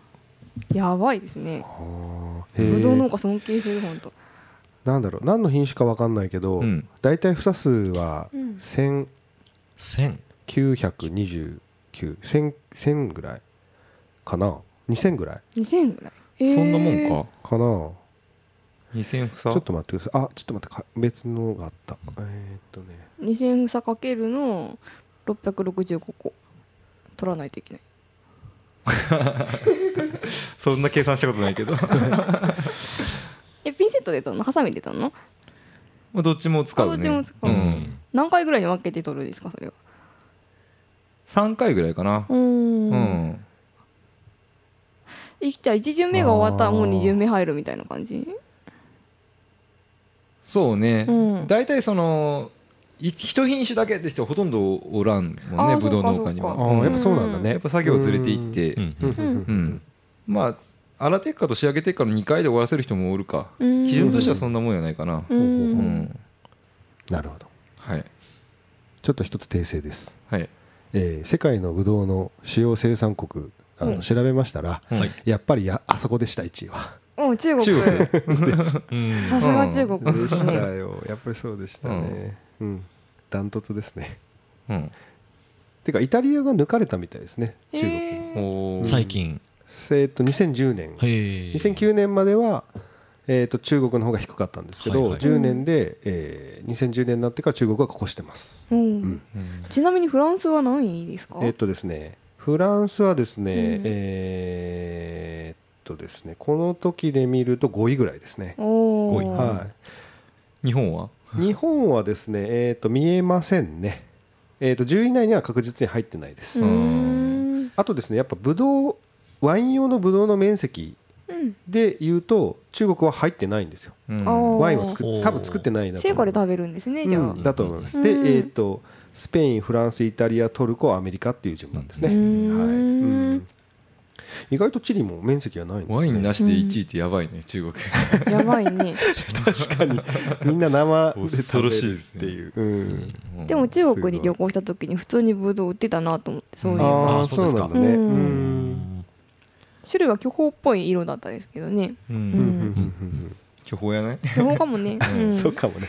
S2: う
S1: やばいですね
S4: あーへー
S1: ぶどう農家尊敬するほんと
S4: なんだろう何の品種かわかんないけど
S2: うん
S4: 大体ふさ数は
S1: うん
S4: 1929
S3: 1000
S4: 1000 1000ぐらいかな2000ぐらい
S1: 2000ぐらい、えー
S2: そんなもんか
S4: かな
S2: 2000
S4: ち
S2: 房
S4: ょっと待ってくださいあちょっと待ってか別のがあったえー、っとね
S1: 2000房かけるの665個取らないといけない
S2: そんな計算したことな
S4: [laughs]
S2: いけど
S1: えピンセットで取るのハサミで取るの
S2: まあどっちも使うね
S1: どっちも使う
S2: うん、
S1: 何回ぐらいに分けて取るんですかそれは
S2: 3回ぐらいかな
S1: うーん
S2: うん
S1: いじゃあ1巡目が終わったらもう2巡目入るみたいな感じ
S2: そうね、
S1: うん
S2: 大体そのい一品種だけって人はほとんどおらんも
S1: あ
S2: んね
S1: ー
S2: ぶどう
S1: そう
S2: 農
S1: か
S2: 家に
S1: そ
S2: は
S1: う
S4: あ
S1: か
S4: あ
S2: うん
S4: やっぱそうなんだね
S2: やっぱ作業を連れて行って
S3: うん
S4: うんうん
S2: うん、まあ洗ってっかと仕上げてっかの2回で終わらせる人もおるか基
S1: 基
S2: 準としてはそんなもんやないかな
S1: う
S2: うん、
S1: ん
S4: なるほど
S2: はい
S4: ちょっと一つ訂正です、
S2: はい
S4: えー世界のブドウの主要生産国あの、
S1: うん
S4: 調べましたら
S2: うん
S3: はい
S4: やっぱりやあそこでした1位は
S1: うん中国
S2: 中国
S3: うん
S1: さすが中国
S4: で
S1: です
S4: した
S1: ね
S4: よ [laughs] やっぱりそうでしたねうんダン、トツですね
S2: うん
S4: てかイタリアが抜かれたみたいですね中国に
S1: へー
S2: おー
S3: 最近
S4: えーと2010年
S3: へえ
S4: 2009年までは、えー、と中国の方が低かったんですけど、
S3: はいはい
S4: 10年で、えー2010年になってから中国はここしてます、
S1: う
S4: うん
S1: ん
S2: うん
S1: ちなみにフランスは何位ですか
S4: えーっとですねフランスはですね、
S1: うん
S4: えーっとですねこの時で見ると5位ぐらいですね、
S1: お
S3: 五位
S1: お
S4: は、
S2: 日本はい
S4: 日本はですね、えーっと見えませんね、えーっと10位以内には確実に入ってないです、
S1: うーん
S4: あとですねやっぱブドウワイン用のブドウの面積
S1: うん
S4: でいうと中国は入ってないんですよ
S2: うん
S1: あー
S4: ワインを作っ
S3: おー
S4: 多分作ってないなと
S1: 成
S4: 思う
S1: 果で食べるんですねじゃあ
S4: う
S1: うんん
S4: だと思います、
S1: うん
S4: で、
S1: うん
S4: えー、とスペインフランスイタリアトルコアメリカっていう順番ですね、
S1: うーん
S4: はいうん意外とチリも面積がないんです、ね、
S2: ワインなしで1位ってやばいね中国
S1: やばいね
S4: 確かにみんな生で
S2: 恐
S4: 食
S2: ろ
S4: べ
S2: しい
S4: るっ
S2: ですね
S4: ていう、うん
S2: うん
S1: でも中国に旅行した時に普通にブドウ売ってたなと思ってそういえば
S4: ああ
S3: あー
S4: そうなんだ
S1: そうで
S4: ね
S1: す
S4: う
S1: かうん
S4: ん
S1: 種類は巨峰っぽい色だったですけどね
S2: う
S4: うんうん
S2: ん
S4: うん
S2: 巨峰やない
S1: 巨峰かもね
S4: [laughs]
S1: う
S4: うん
S1: ん
S4: そうかもね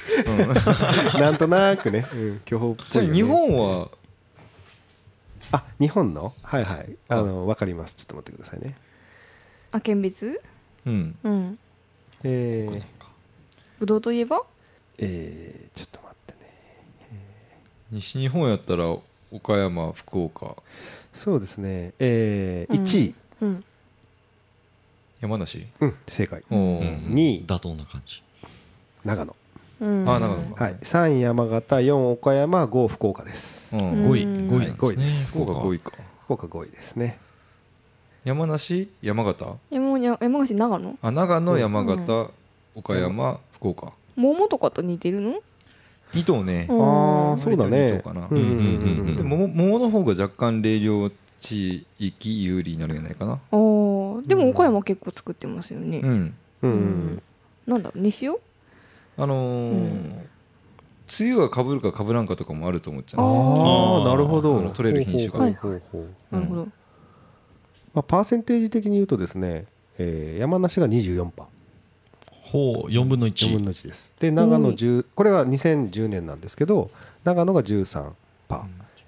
S4: なんとなくね、うん、巨峰っぽ
S2: じゃ
S4: い
S2: あ
S4: よね
S2: 日本は
S4: あ日本のはいはいあのわかりますちょっと待ってくださいね
S1: あ県別
S2: うん
S1: うん
S4: え
S3: 国
S4: ー
S3: 内か
S1: ブドウといえば
S4: えー、ちょっと待ってね
S2: 西日本やったら岡山福岡
S4: そうですねえー、
S1: うん
S4: 1位、
S1: うん
S2: 山梨
S4: うん、正解。
S2: おお
S3: うん
S4: 2位、
S3: 妥当な感じ
S4: 長野。
S1: うん
S2: あ長野
S4: はい、3位、山形、4位、岡山、5位、福岡です。
S2: うん
S3: 5位
S1: うん
S3: 5位な
S4: は
S3: ん
S4: い5位です
S2: 福岡5位
S3: 位
S2: か
S4: 福岡5位ですね。
S2: 山梨山形
S1: 山に山梨長野
S2: あ長
S4: う
S2: 野
S4: ん
S2: 山形岡山福岡
S1: 桃とかと似てるの
S2: 2頭ね
S1: うん
S4: ああ、そうだ
S2: 割といい
S4: ね
S2: とこかな。
S4: うんうんうんうん
S2: で桃桃の方が若干冷涼地域有利になるんじゃないかな
S1: あーでも岡山結構作ってますよね、
S2: うん
S4: うんうん
S1: なんだろう西尾
S2: あのー
S1: うん
S2: 梅雨がかぶるかかぶらんかとかもあると思っちゃ
S1: あ
S2: う
S4: あ
S3: ー
S4: あ、なるほ
S2: あ
S4: ど。
S2: の取れる品種が
S4: ほうほうほうほう
S1: なるほど、
S4: まあ、パーセンテージ的に言うとですね、えー山梨が24%パー、
S3: ほう4分の
S4: 4分
S3: 1
S4: の1です。で、長野
S1: うん
S4: 10、これは2010年なんですけど、長野が13%パー、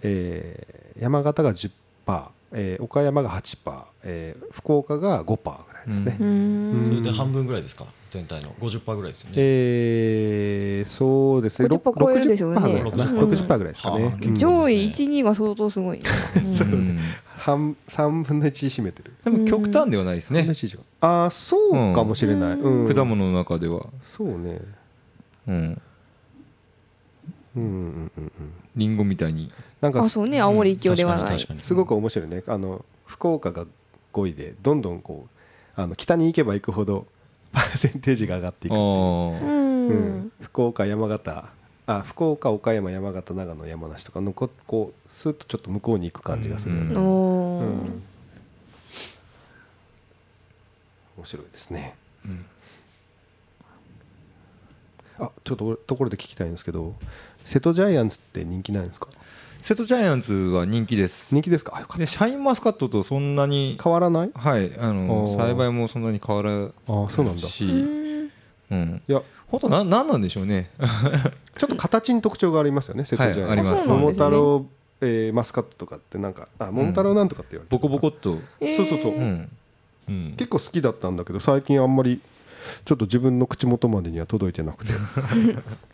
S4: えー山形が10%パー、えー岡山が8%パー、えー福岡が5%パーぐらいですね。
S1: うー
S4: うん
S1: ん
S3: それで半分ぐらいですか全体の50%ぐらいですよね
S4: えー、そうですね、
S1: 50%超えるでしょうね
S4: 60%ぐらいかな
S1: うん
S4: 60%ぐらいですかね
S3: はあ、
S4: うん
S1: 上位12が相当す
S4: [laughs]
S1: ごい、うん
S2: うん
S4: 半3分の1占めてる、
S2: でも極端ではないです
S4: 3分の
S2: ね
S4: 1以上ああ、そうかもしれない、
S1: う
S4: う
S1: ん
S4: ん
S2: 果物の中では
S4: そうね、
S2: うん
S4: うんうんうんうん、
S2: リンゴみたいに
S4: なんか
S1: あそうね青森一強ではない
S3: 確かに確かに
S4: すごく面白いね、あの福岡が5位で、どんどんこうあの北に行けば行くほど、 [laughs] パーセンテージが上がっていくっていう、
S1: う
S2: あ
S1: ん、
S4: うん、福岡、山形、あ福岡、岡山、山形、長野、山梨とかのこ、こう、すっとちょっと向こうに行く感じがするよね。
S2: うん
S1: おー
S4: うん面白いですね、
S2: うん
S4: あちょっと俺ところで聞きたいんですけど瀬戸ジャイアンツって人気ないんですか
S2: 瀬戸ジャイアンツは人気です
S4: 人気ですかあよかっ
S2: でシャインマスカットとそんなに
S4: た変わらない
S2: はいあの
S4: おー
S2: 栽培もそんなに変わら
S4: あそうなんだい
S2: し、
S1: うん
S2: うん、
S4: や
S2: 本当ななんなんでしょうね。
S4: ちょっと形に特徴がありますよね瀬戸ジャイアンツ、
S2: はいあります
S1: あそうなん
S4: 桃
S1: ですね
S4: 太郎、えーマスカットとかってなんかあ桃太郎なんとかって言われて
S2: ボ
S4: る
S2: コボコっと、
S1: えー
S4: そうそうそう
S2: うん、
S3: うん
S4: 結構好きだったんだけど最近あんまりちょっと自分の口元までには届いてな
S3: [laughs]
S4: くて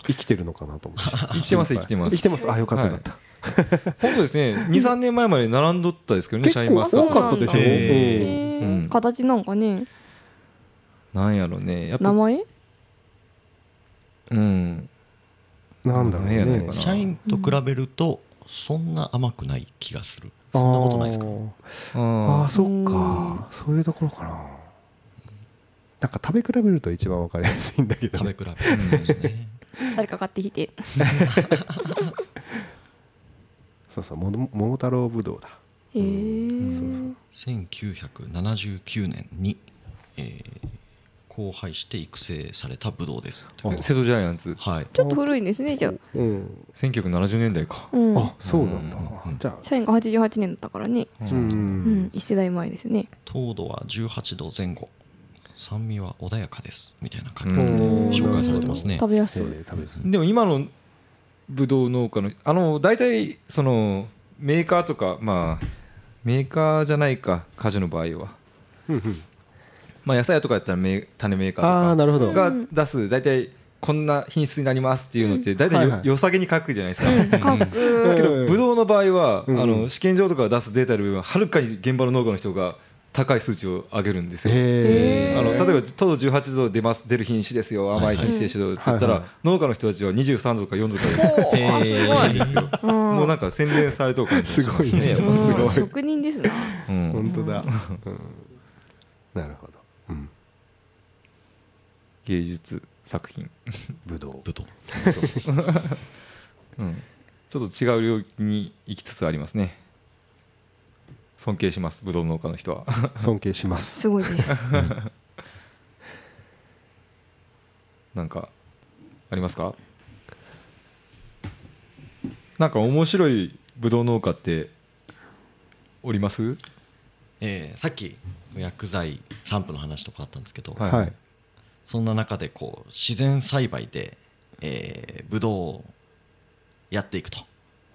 S4: 生きてるのかなと思って
S2: 生きてます生きてます
S4: 生きてますあよかったよかった、
S2: 本当です
S4: [laughs]
S2: ね23年前まで並んどったですけどねシャインマス
S4: 結
S2: タ
S4: 構多か
S2: ーと
S4: ったでしょ、
S3: へ
S1: え
S3: ー
S2: うん
S1: ー、形なんかね
S2: なんやろうねやっ
S1: 名
S2: ぱ
S1: 前
S2: うん
S4: うんなんだろう
S2: なんや
S4: ね
S2: ないかな
S3: 社員と比べるとそんな甘くない気がするそんなことないですか
S4: あ
S2: あ
S4: あ
S2: ー
S4: そっかそういうところかななんか食べ比べると一番わかりやすいんだけど
S3: 食
S4: ね
S3: べ比べですね
S1: 誰か買ってきて
S4: そうそうもも桃太郎ぶどうだ
S1: へえー、
S4: そうそう
S3: 1979年に、えー、交配して育成されたブドウです
S4: あ
S2: 瀬戸ジャイアンツ
S3: はい
S1: ちょっと古いんですねじゃあ、
S4: うん
S2: 1970年代か
S1: うん、
S4: あそうなんだ
S3: うん
S4: じゃあ
S1: 社員が88年だったからね、
S2: う
S4: うん
S1: うん
S4: ん、
S1: 一世代前ですね
S3: 糖度は18度前後酸味は穏やかですみたいな
S2: う
S3: 感
S2: ん
S3: じ、
S4: うん
S3: 紹介されてますね
S1: 食べやす
S4: え
S1: そう、
S4: ー食べず
S2: でも今のブドウ農家のあの大体そのメーカーとかまあメーカーじゃないか果樹の場合は
S4: うんうん
S2: まあ野菜屋とかやったらメー種メーカ
S4: ああ
S2: ーと
S4: なるほ
S2: か
S4: ど
S2: が
S1: うん
S2: 出す大体こんな品質になりますっていうのって大体
S4: はいは
S2: よ,、
S4: い
S2: さげに書くじゃないですか。
S1: うん、かっこいい
S4: け
S2: ブドウの場合は、
S4: うん
S2: あの試験場とかが出すデータよりははるかに現場の農家の人が高い数値を上げるんですよ。
S1: へー
S2: あの
S1: へ
S2: 例え
S1: ー
S2: ば糖度18度出ます出る品種ですよ甘い品種ですよって言ったら、
S4: はいはい
S2: 農家の人たちは23度とか4度とかで
S1: ほうあ
S3: えー
S1: すごい、うん、
S2: [laughs] もうなんか宣伝されてる感じがします
S4: すごいね
S2: ねやっ
S4: も
S2: ぱ
S4: う
S2: す
S1: う
S2: ご
S1: ん
S2: い、
S1: 職人ですな
S2: うん
S4: 本当だ、うんなるほど、うん、
S2: 芸術作品、
S4: ぶどう
S3: ブドウ
S2: うん、ちょっと違う領域に行きつつありますね尊敬しますブドウ農家の人は
S4: 尊敬します
S1: すごいです
S2: なんかありますかなんか面白いブドウ農家っております
S3: えーさっき薬剤散布の話とかあったんですけど、
S2: はい
S4: はい
S3: そんな中でこう自然栽培で、えー、ブドウをやっていくと、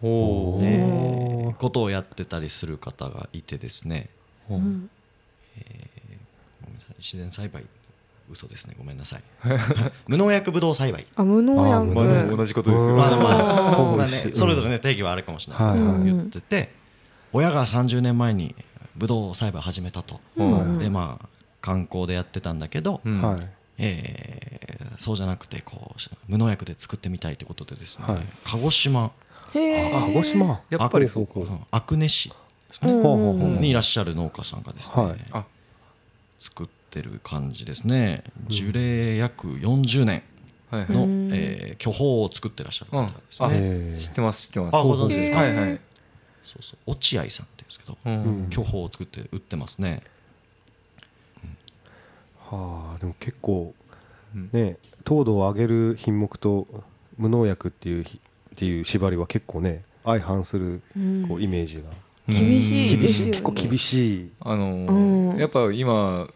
S2: お
S4: お
S2: お、
S4: ー
S3: えーことをやってたりする方がいてですね
S1: うん
S3: ごめんなさい自然栽培嘘ですねごめんな
S2: [laughs]
S3: さい無農薬ブドウ栽培
S1: あ無農
S4: あ無
S2: まあ、でも
S1: 薬
S2: 同じことですよ
S4: うん
S3: まあまあ
S1: ほ
S4: ぼ
S3: まあ
S4: 一緒
S3: ねそれぞれね定義はあるかもしれないですけど、
S4: はいはい
S3: 言ってて親が30年前にブドウ栽培始めたと、
S1: うん
S3: でまあ観光でやってたんだけど、
S2: うん
S4: はい
S3: えーそうじゃなくてこう無農薬で作ってみたいってことでですね、
S4: はい
S3: 鹿児島
S1: へー
S4: あ鹿児島
S2: やっぱり
S4: あ
S2: そう
S4: ここ
S3: 阿久根市
S1: うん
S4: ほうほうほう
S3: にいらっしゃる農家さんがですね、
S4: はい
S2: あ
S3: 作ってる感じですね樹齢約40年
S2: はいはい、
S3: の、
S1: うん
S3: えー巨峰を作ってらっしゃる方です
S2: あ
S3: ね、
S4: え
S2: 知っ
S4: ー
S2: てます知ってます
S3: あご存知
S1: ですか
S2: はいはい、
S3: そうそう落合さんっていうんですけど、
S2: うん
S4: うん
S3: 巨峰を作って売ってますね
S4: はあでも結構
S2: うん
S4: ね糖度を上げる品目と無農薬っていうひっていう縛りは結構ね相反する
S1: うん
S4: こうイメージが、
S1: 厳しい
S4: 厳
S1: です
S4: し
S1: よ
S4: い
S1: ね
S4: 結構厳しい
S2: あのー
S1: うん
S2: やっぱ今、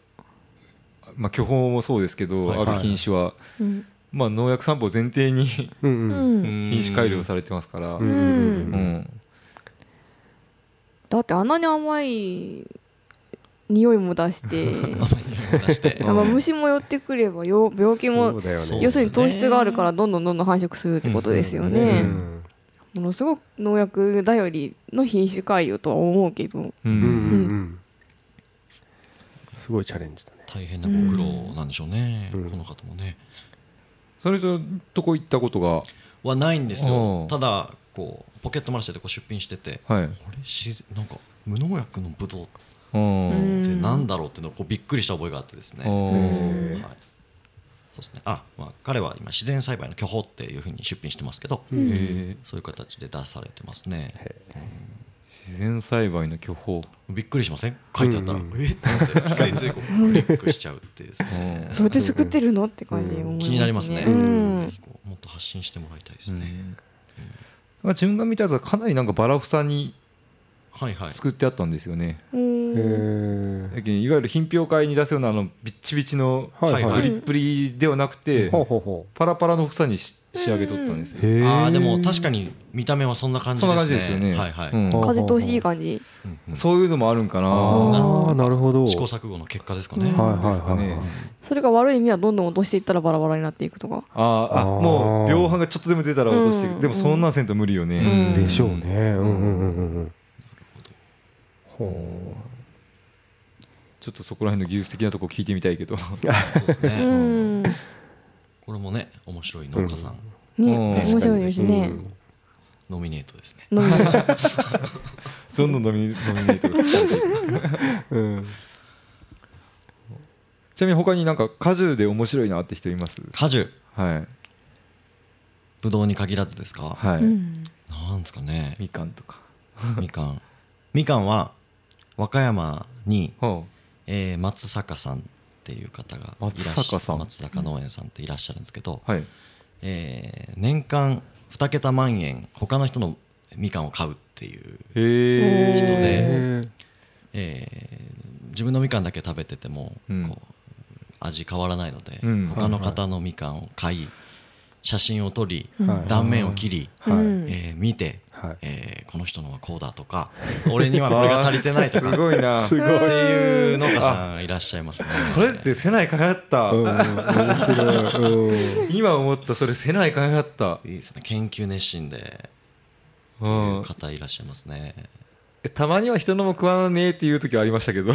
S2: まあ、巨峰もそうですけど、
S3: はいはい
S2: ある品種は、
S1: うん
S2: まあ、農薬散歩を前提に
S4: うん
S1: う
S4: うん
S1: ん
S2: 品種改良されてますから、
S4: う
S2: うん
S4: んうん
S1: だってあんなに甘い匂いも出して
S3: [laughs]
S1: [laughs]
S3: 出して
S1: やっぱ虫も寄ってくればよ病気
S4: そ
S1: も
S4: うだよ
S3: そう
S4: ね
S1: 要するに糖質があるからどんどんどんどん繁殖するってことですよね、
S4: うん
S1: ものすごく農薬頼りの品種改良とは思うけど
S2: うん
S4: うんうん
S2: うん
S4: うんすごいチャレンジだね
S3: 大変なご苦労なんでしょうね、
S4: うん
S3: この方もね
S2: それととこ行ったことが、
S3: はないんです
S2: お
S3: よ
S2: う
S3: ただこうポケットマルシェでこう出品してて
S2: はい
S3: これ自然なんか無農薬のブドウっ
S2: うん
S1: うん
S3: てなんだろうっていうのをこうびっくりした覚えがあってですね、
S2: うん
S1: うん
S3: はい、そうですねあ、まあ、彼は今自然栽培の巨峰っていうふうに出品してますけど、
S2: へー
S3: そういう形で出されてますね、
S2: 自然栽培の巨峰
S3: びっくりしません書いてあったら、
S4: うん
S3: えっってなってついついこうクリックしちゃうっていうですね
S2: うん
S1: どうやって作ってるのって感じに思いますね
S3: 気になりますね、
S1: うん
S3: ぜひこうもっと発信してもらいたいです
S2: う
S3: ね、
S2: ん自分が見たやつはかなりなんかバラ房に
S3: はいはい
S2: 作ってあったんですよね、
S1: うん
S4: へー
S2: やけんいわゆる品評会に出すようなあのビッチビチの
S4: はいはい
S2: プリップリではなくて、
S4: ほうほうほ
S2: パラパラの房にし仕上げとったんですよ、
S4: へ
S3: ああでも確かに見た目はそんな感じ
S2: そ
S3: で
S2: ん
S3: す
S2: な
S3: ね
S2: 感じですよね、
S3: はいはい、
S2: うん
S4: あ
S1: 風通しいい感じ
S3: うんうん
S2: そういうのもあるんかな
S4: ああなるほど
S3: 試行錯誤の結果ですかね、
S1: うん
S4: はい
S2: ですか
S4: はいはい
S2: ね
S4: はい
S1: それが悪い実はどんどん落としていったらバラバラになっていくとか
S2: あーあ
S4: あー
S2: もう秒半がちょっとでも出たら落としていく、
S1: うん
S2: でもそんなんせんと無理よね、
S3: うん
S4: でしょうね。うんうんうんうんうん。ほ
S2: ちょっとそこら辺の技術的なとこ聞いてみたいけど、 [laughs]
S3: そうです
S1: う
S3: ね、
S1: んね
S3: これもね面白い農家さん、
S1: 面白いです
S4: う。
S1: ね
S4: うん
S3: ノミネートですね
S1: 飲みに
S2: どんどんノミノミネートが来
S4: [laughs]
S2: て
S4: うん。
S2: ちなみに他になんか果樹で面白いなって人います
S3: 果樹
S2: はい
S3: ぶどうに限らずですか、
S2: はい、
S1: うん
S3: なんですかね
S2: みかんとか
S3: みかんみかんは和歌山に、
S2: は
S3: えー松坂さんっていう方がいらっし
S2: 松坂さん
S3: 松坂農園さんっていらっしゃるんですけど、
S2: あはい
S3: えー年間2桁万円他の人のみかんを買うっていう、
S2: へえ
S1: 人
S3: でえー自分のみかんだけ食べてても、
S2: うん
S3: こう味変わらないので、
S2: うん
S3: 他の方のみかんを買い写真を撮り、
S1: うん
S4: はい
S3: 断面を切り、
S1: う
S4: はい
S1: ん
S3: えー見て、
S4: はい。
S3: えーこの人のはこうだとか俺にはこれが足りてない
S2: [laughs]
S3: と
S2: わあ
S3: か
S2: すごいな
S4: すごい。
S3: っていう農家さんいらっしゃいますね。
S2: それって瀬内開発った、
S4: うん面白い。うん
S2: 今思ったそれ瀬内開発った、
S3: いいですね。研究熱心でと
S2: う、
S3: いうん方いらっしゃいますね。
S2: えたまには人のも食わねえっていう時はありましたけど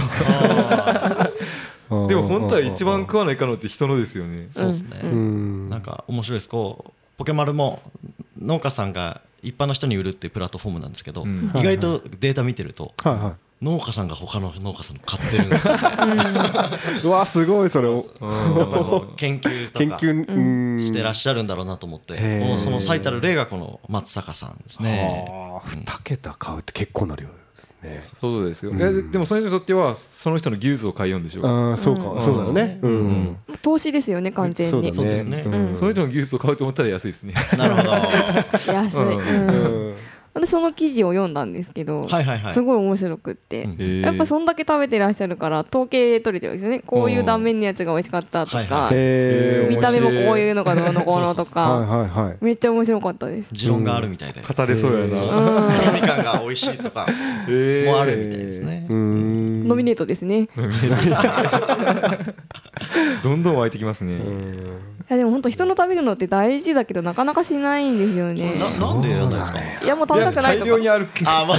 S2: でも本当は一番食わないかのって人のですよね
S3: そうですね。
S4: うん。
S3: なんか面白いです。こうポケマルも農家さんが一般の人に売るっていうプラットフォームなんですけど、
S2: うん
S3: 意外とデータ見てると
S4: はいは
S3: 農家さんが他の農家さんの買ってるんですよ。
S4: い。うわすごいそれを
S3: やっぱこう研究と
S4: 研
S3: か
S4: 究うん
S3: してらっしゃるんだろうなと思って、
S4: へー
S3: このその最たる例がこの松坂さんですね。
S4: はあ二桁買うって結構な量ですね。
S2: そうですよ、
S4: うん
S2: えででもその人にとってはその人の技術を買いようんでしょう、
S4: ああそう
S1: う
S4: か
S2: ん
S4: そうだね。うんうん。
S1: 投資ですよね完全に
S3: そうですね
S4: うん
S2: その人の技術を買うと思ったら安いですね
S3: なるほど。は
S1: 安い、
S2: うん
S1: うん
S4: うん
S1: 私その記事を読んだんですけど、
S3: いはいはい
S1: す。ごい面白くって、
S3: うん
S2: へえ
S1: やっぱそんだけ食べてらっしゃるから統計取れてるんですよねこういう断面のやつが美味しかったとか、
S3: はいは
S4: へえ
S1: 見た目もこういうのがどうのこうのと
S4: [laughs] は
S1: か
S4: いはいはい。
S1: めっちゃ面白かったです。
S3: 持論があるみたいで。
S2: 語れそうやな、
S3: そう
S1: うん
S3: 黒みかんが美味しいとか
S2: え
S3: もあるみ
S2: [laughs]
S3: たいですね。
S4: うん。
S1: ノミネートですね。い
S2: [laughs] どんどん湧いてきますね、
S1: やでも本当人の食べるのって大事だけどなかなかしないんですよね。
S3: ななんでやらないんですか。
S1: いやもう食べたくないと
S2: 大量に
S1: か。
S2: あるけ
S3: あー、まあ、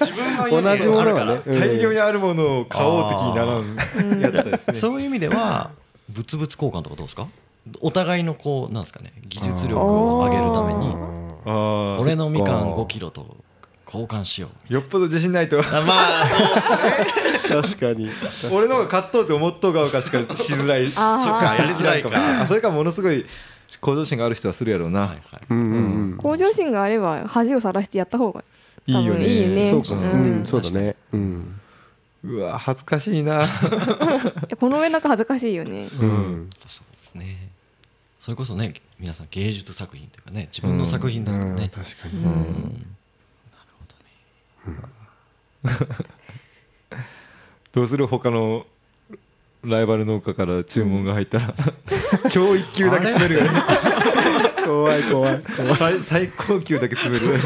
S3: 自分の家に
S4: 同じものが
S3: ある
S4: ね
S3: か
S4: うん
S2: 大量にあるものを買おうって気にならんやったです
S3: ら。
S2: ね
S3: そういう意味では、物々交換とかどうですか。お互いのこう、なんですかね、技術力
S1: あ
S3: を
S1: ー
S3: 上げるため
S4: う
S3: に。
S4: ん
S2: あ
S3: 俺
S2: 俺
S3: のみかん
S4: そっ
S3: 5
S4: か
S3: キロと交換しよう。
S2: よっぽど自信ないと
S3: あまあ、そう
S4: 確かに。
S2: [laughs] 俺の方が買っとうって思っとう側かしかしづら
S1: あ
S2: い
S1: ーそっか
S3: やりづらいか
S2: もあそれかものすごい向上心がある人はするやろうな、
S3: はいはい。
S4: うんうん
S1: 向上心があれば恥をさらしてやった方が多分いいよ
S4: う
S1: ね。
S4: ん。そうか。
S1: ん
S4: うんそうだね。うん。
S2: うわ恥ずかしいな [laughs]
S1: いやこの上なんか恥ずかしいよね。
S4: うん。
S3: そうですね。それこそね、皆さん芸術作品というかね、自分の作品ですから
S4: うん
S3: ね。
S4: 確か
S1: う
S4: に。
S1: ん
S3: うんなるほどね。
S2: どうする他のライバル農家から注文が入ったら
S4: [laughs]
S2: 超一級だけ詰めるよね
S4: 怖い怖い。
S2: 最最高級だけ詰 [laughs] める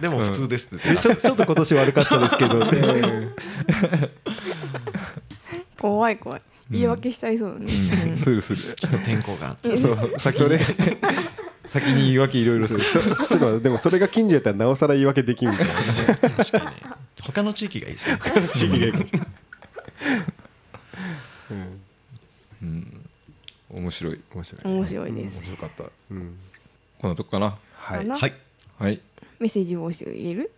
S3: でも普通ですね。
S2: ちょちょっと今年悪かったですけ [laughs] ど
S1: 怖い怖い。言い訳しちゃいそうだね。うん
S2: するする
S3: ちょっと天候があって。
S2: [laughs] そう先に先に言い訳いろいろする
S4: そちょっと待ってでもそれが近所やったらなおさら言い訳できんみたいな。
S3: 確かにね。他の地域がいいですね。
S4: [laughs]
S3: 他の地域がいい。
S4: うん
S2: うん面白い
S4: 面白い。
S1: 面白いです
S2: 面。白かったこ
S4: うん。
S2: んなとこかな
S4: は
S1: か
S4: い。
S1: な
S3: はい。
S2: はい
S1: メッセージ募集入れる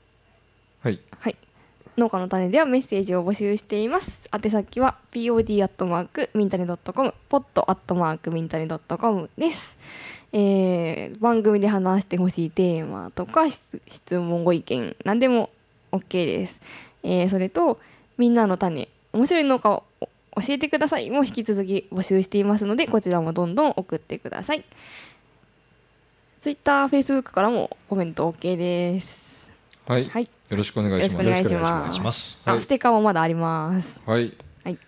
S2: はい
S1: はい。農家の種ではメッセージを募集しています。宛先は pod アットマークミンタネドットコム、pod アットマークミンタネドットコムです。えー番組で話してほしいテーマとか質質問ご意見何でも OK です。えーそれとみんなの種面白い農家をお教えてくださいも引き続き募集していますのでこちらもどんどん送ってください。Twitter、Facebook からもコメント OK です。
S2: はい
S1: はい。
S2: よろしくお願いしま
S1: よろしくお
S2: す
S3: よろ
S1: 願い
S3: しくお願い
S1: し
S3: し
S1: ま
S3: ますす
S1: あ
S2: はい
S1: ステッカーもまだあります
S2: はい
S1: はい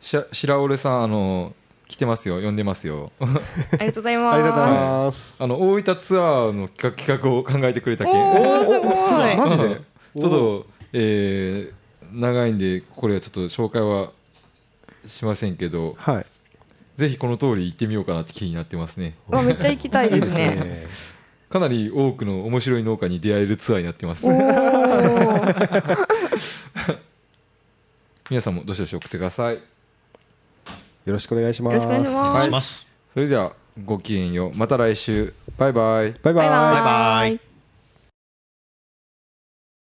S2: しゃ白俺さんあの来てますよ呼んでますよ [laughs]
S1: ありがとうございます。
S4: ありがとうございます。
S2: あの大分ツアーの企画企画を考えてくれたけん
S1: おーすごい
S4: そうマジ
S2: うん
S4: で。
S2: ちょっと、えー長いんでこれはちょっと紹介はしませんけど
S4: はい。
S2: ぜひこの通り行ってみようかなって気になってますね
S1: わめっちゃ行きたいです
S4: いい
S1: ね。
S2: かなり多くの面白い農家に出会えるツアーになってます
S1: おー
S2: 皆さんもどしどし送ってください
S4: よろしくお願いします。
S1: よろしくお願いします
S3: します
S2: それではごきげんようまた来週バイバイ
S4: バイバ
S1: バイ
S4: イ。
S1: バ
S3: バ
S1: ー
S3: イ
S1: イ。